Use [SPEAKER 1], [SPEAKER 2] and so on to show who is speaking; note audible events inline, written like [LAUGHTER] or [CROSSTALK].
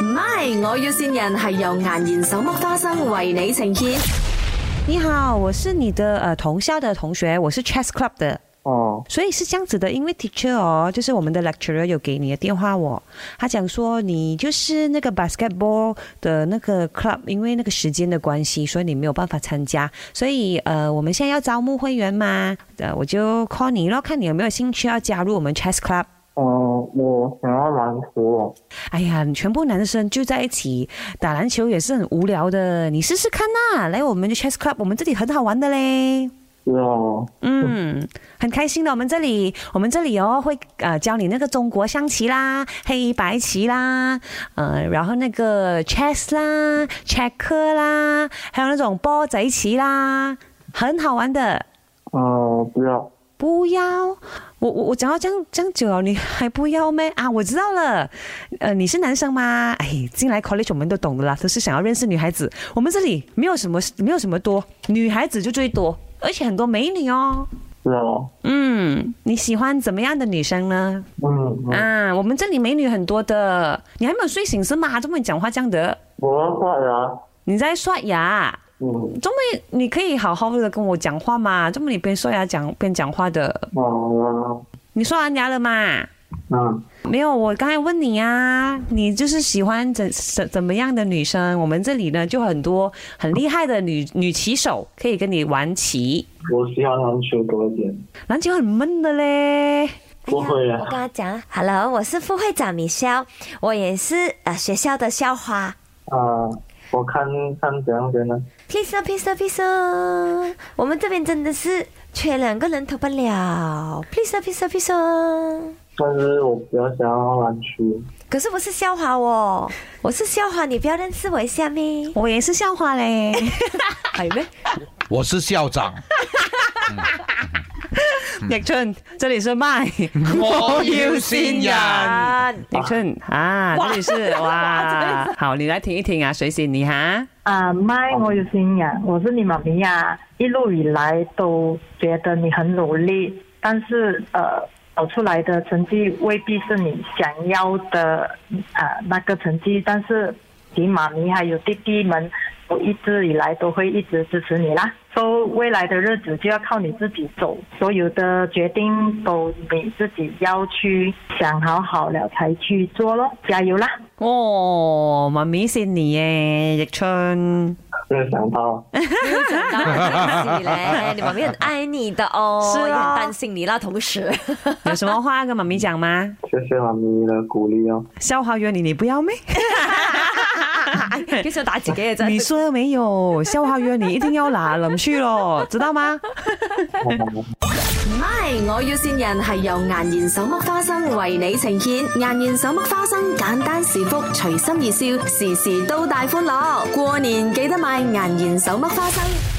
[SPEAKER 1] My，我要善人係由顏然手剝花生為你呈現。
[SPEAKER 2] 你好，我是你的呃同校的同学，我是 Chess Club 的。
[SPEAKER 3] 哦，
[SPEAKER 2] 所以是这样子的，因为 teacher 哦，就是我们的 lecturer 有给你的电话我，他讲说你就是那个 basketball 的那个 club，因为那个时间的关系，所以你没有办法参加，所以呃，我们现在要招募会员嘛，呃，我就 call 你咯，看你有没有兴趣要加入我们 chess club。
[SPEAKER 3] 哦，我想要篮球哦。
[SPEAKER 2] 哎呀，你全部男生聚在一起打篮球也是很无聊的，你试试看呐、来我们的 chess club，我们这里很好玩的嘞。
[SPEAKER 3] 是哦，
[SPEAKER 2] 嗯，很开心的。我们这里，我们这里哦，会呃教你那个中国象棋啦、黑白棋啦，呃，然后那个 chess 啦、checker 啦，还有那种波仔棋啦，很好玩的。
[SPEAKER 3] 哦，不要。
[SPEAKER 2] 不要，我我我讲到这样这样久了，你还不要咩？啊，我知道了，呃，你是男生吗？哎，进来 college 我们都懂的啦，都是想要认识女孩子。我们这里没有什么没有什么多，女孩子就最多，而且很多美女哦。
[SPEAKER 3] 是哦，
[SPEAKER 2] 嗯，你喜欢怎么样的女生呢？
[SPEAKER 3] 嗯，嗯
[SPEAKER 2] 啊，我们这里美女很多的，你还没有睡醒是吗？这么你讲话这样的，
[SPEAKER 3] 我要刷牙。
[SPEAKER 2] 你在刷牙，
[SPEAKER 3] 嗯，
[SPEAKER 2] 这么你可以好好的跟我讲话嘛？这么你边刷牙讲边讲话的，
[SPEAKER 3] 哦，
[SPEAKER 2] 你刷完牙了吗？
[SPEAKER 3] 嗯，
[SPEAKER 2] 没有，我刚才问你啊，你就是喜欢怎怎怎么样的女生？我们这里呢就很多很厉害的女女棋手可以跟你玩棋，
[SPEAKER 3] 我喜欢篮球多一点。
[SPEAKER 2] 篮球很闷的嘞。
[SPEAKER 3] 不会
[SPEAKER 4] 哎我
[SPEAKER 3] 啊
[SPEAKER 4] 跟，他讲好了，我是副会长米肖，我也是呃学校的校花。
[SPEAKER 3] 啊，我看看怎样的呢？
[SPEAKER 4] Please 哦 please 哦 please 哦我们这边真的是缺两个人投不了。Please 哦 please 哦 please 哦
[SPEAKER 3] 但是我比较想要篮球。
[SPEAKER 4] 可是我是校花哦，我是校花，你不要认识我一下咩？
[SPEAKER 2] 我也是校花嘞， [LAUGHS] 系咩？
[SPEAKER 5] 我是校长，
[SPEAKER 2] 逆春，这里是 [LAUGHS] 麦，
[SPEAKER 5] 我要先人。
[SPEAKER 2] 逆春啊，这里是 [LAUGHS] 哇，好，你来听一听啊，水洗你哈，
[SPEAKER 6] 啊，麦，我有心呀，我是你妈咪呀，一路以来都觉得你很努力，但是呃，考出来的成绩未必是你想要的啊、那个成绩，但是你妈咪还有弟弟们，我一直以来都会一直支持你啦。so, 未来的日子就要靠你自己走，所有的决定都你自己要去想好好了才去做咯，加油啦！
[SPEAKER 2] 哦，妈咪是你耶，逆 [LAUGHS] 春，
[SPEAKER 3] 没有想到，
[SPEAKER 4] 没有想到，恭喜
[SPEAKER 2] [LAUGHS]
[SPEAKER 4] 你嘞！你妈咪很爱你的哦，
[SPEAKER 2] 是啊
[SPEAKER 4] 也很担心你啦，同时。 [LAUGHS]
[SPEAKER 2] 有什么话跟妈咪讲吗？
[SPEAKER 3] 谢谢妈咪的鼓励哦。
[SPEAKER 2] 校花约你，你不要咩？
[SPEAKER 4] 就想打自己嘅
[SPEAKER 2] 你
[SPEAKER 4] 啫。
[SPEAKER 2] 说没有？校花约你一定要拿冷去咯，知道吗？
[SPEAKER 1] My，我要善人係由顏然手剝花生為你呈現。顏然手剝花生，簡單是福，隨心而笑，時時都大歡樂。過年記得買顏然手剝花生。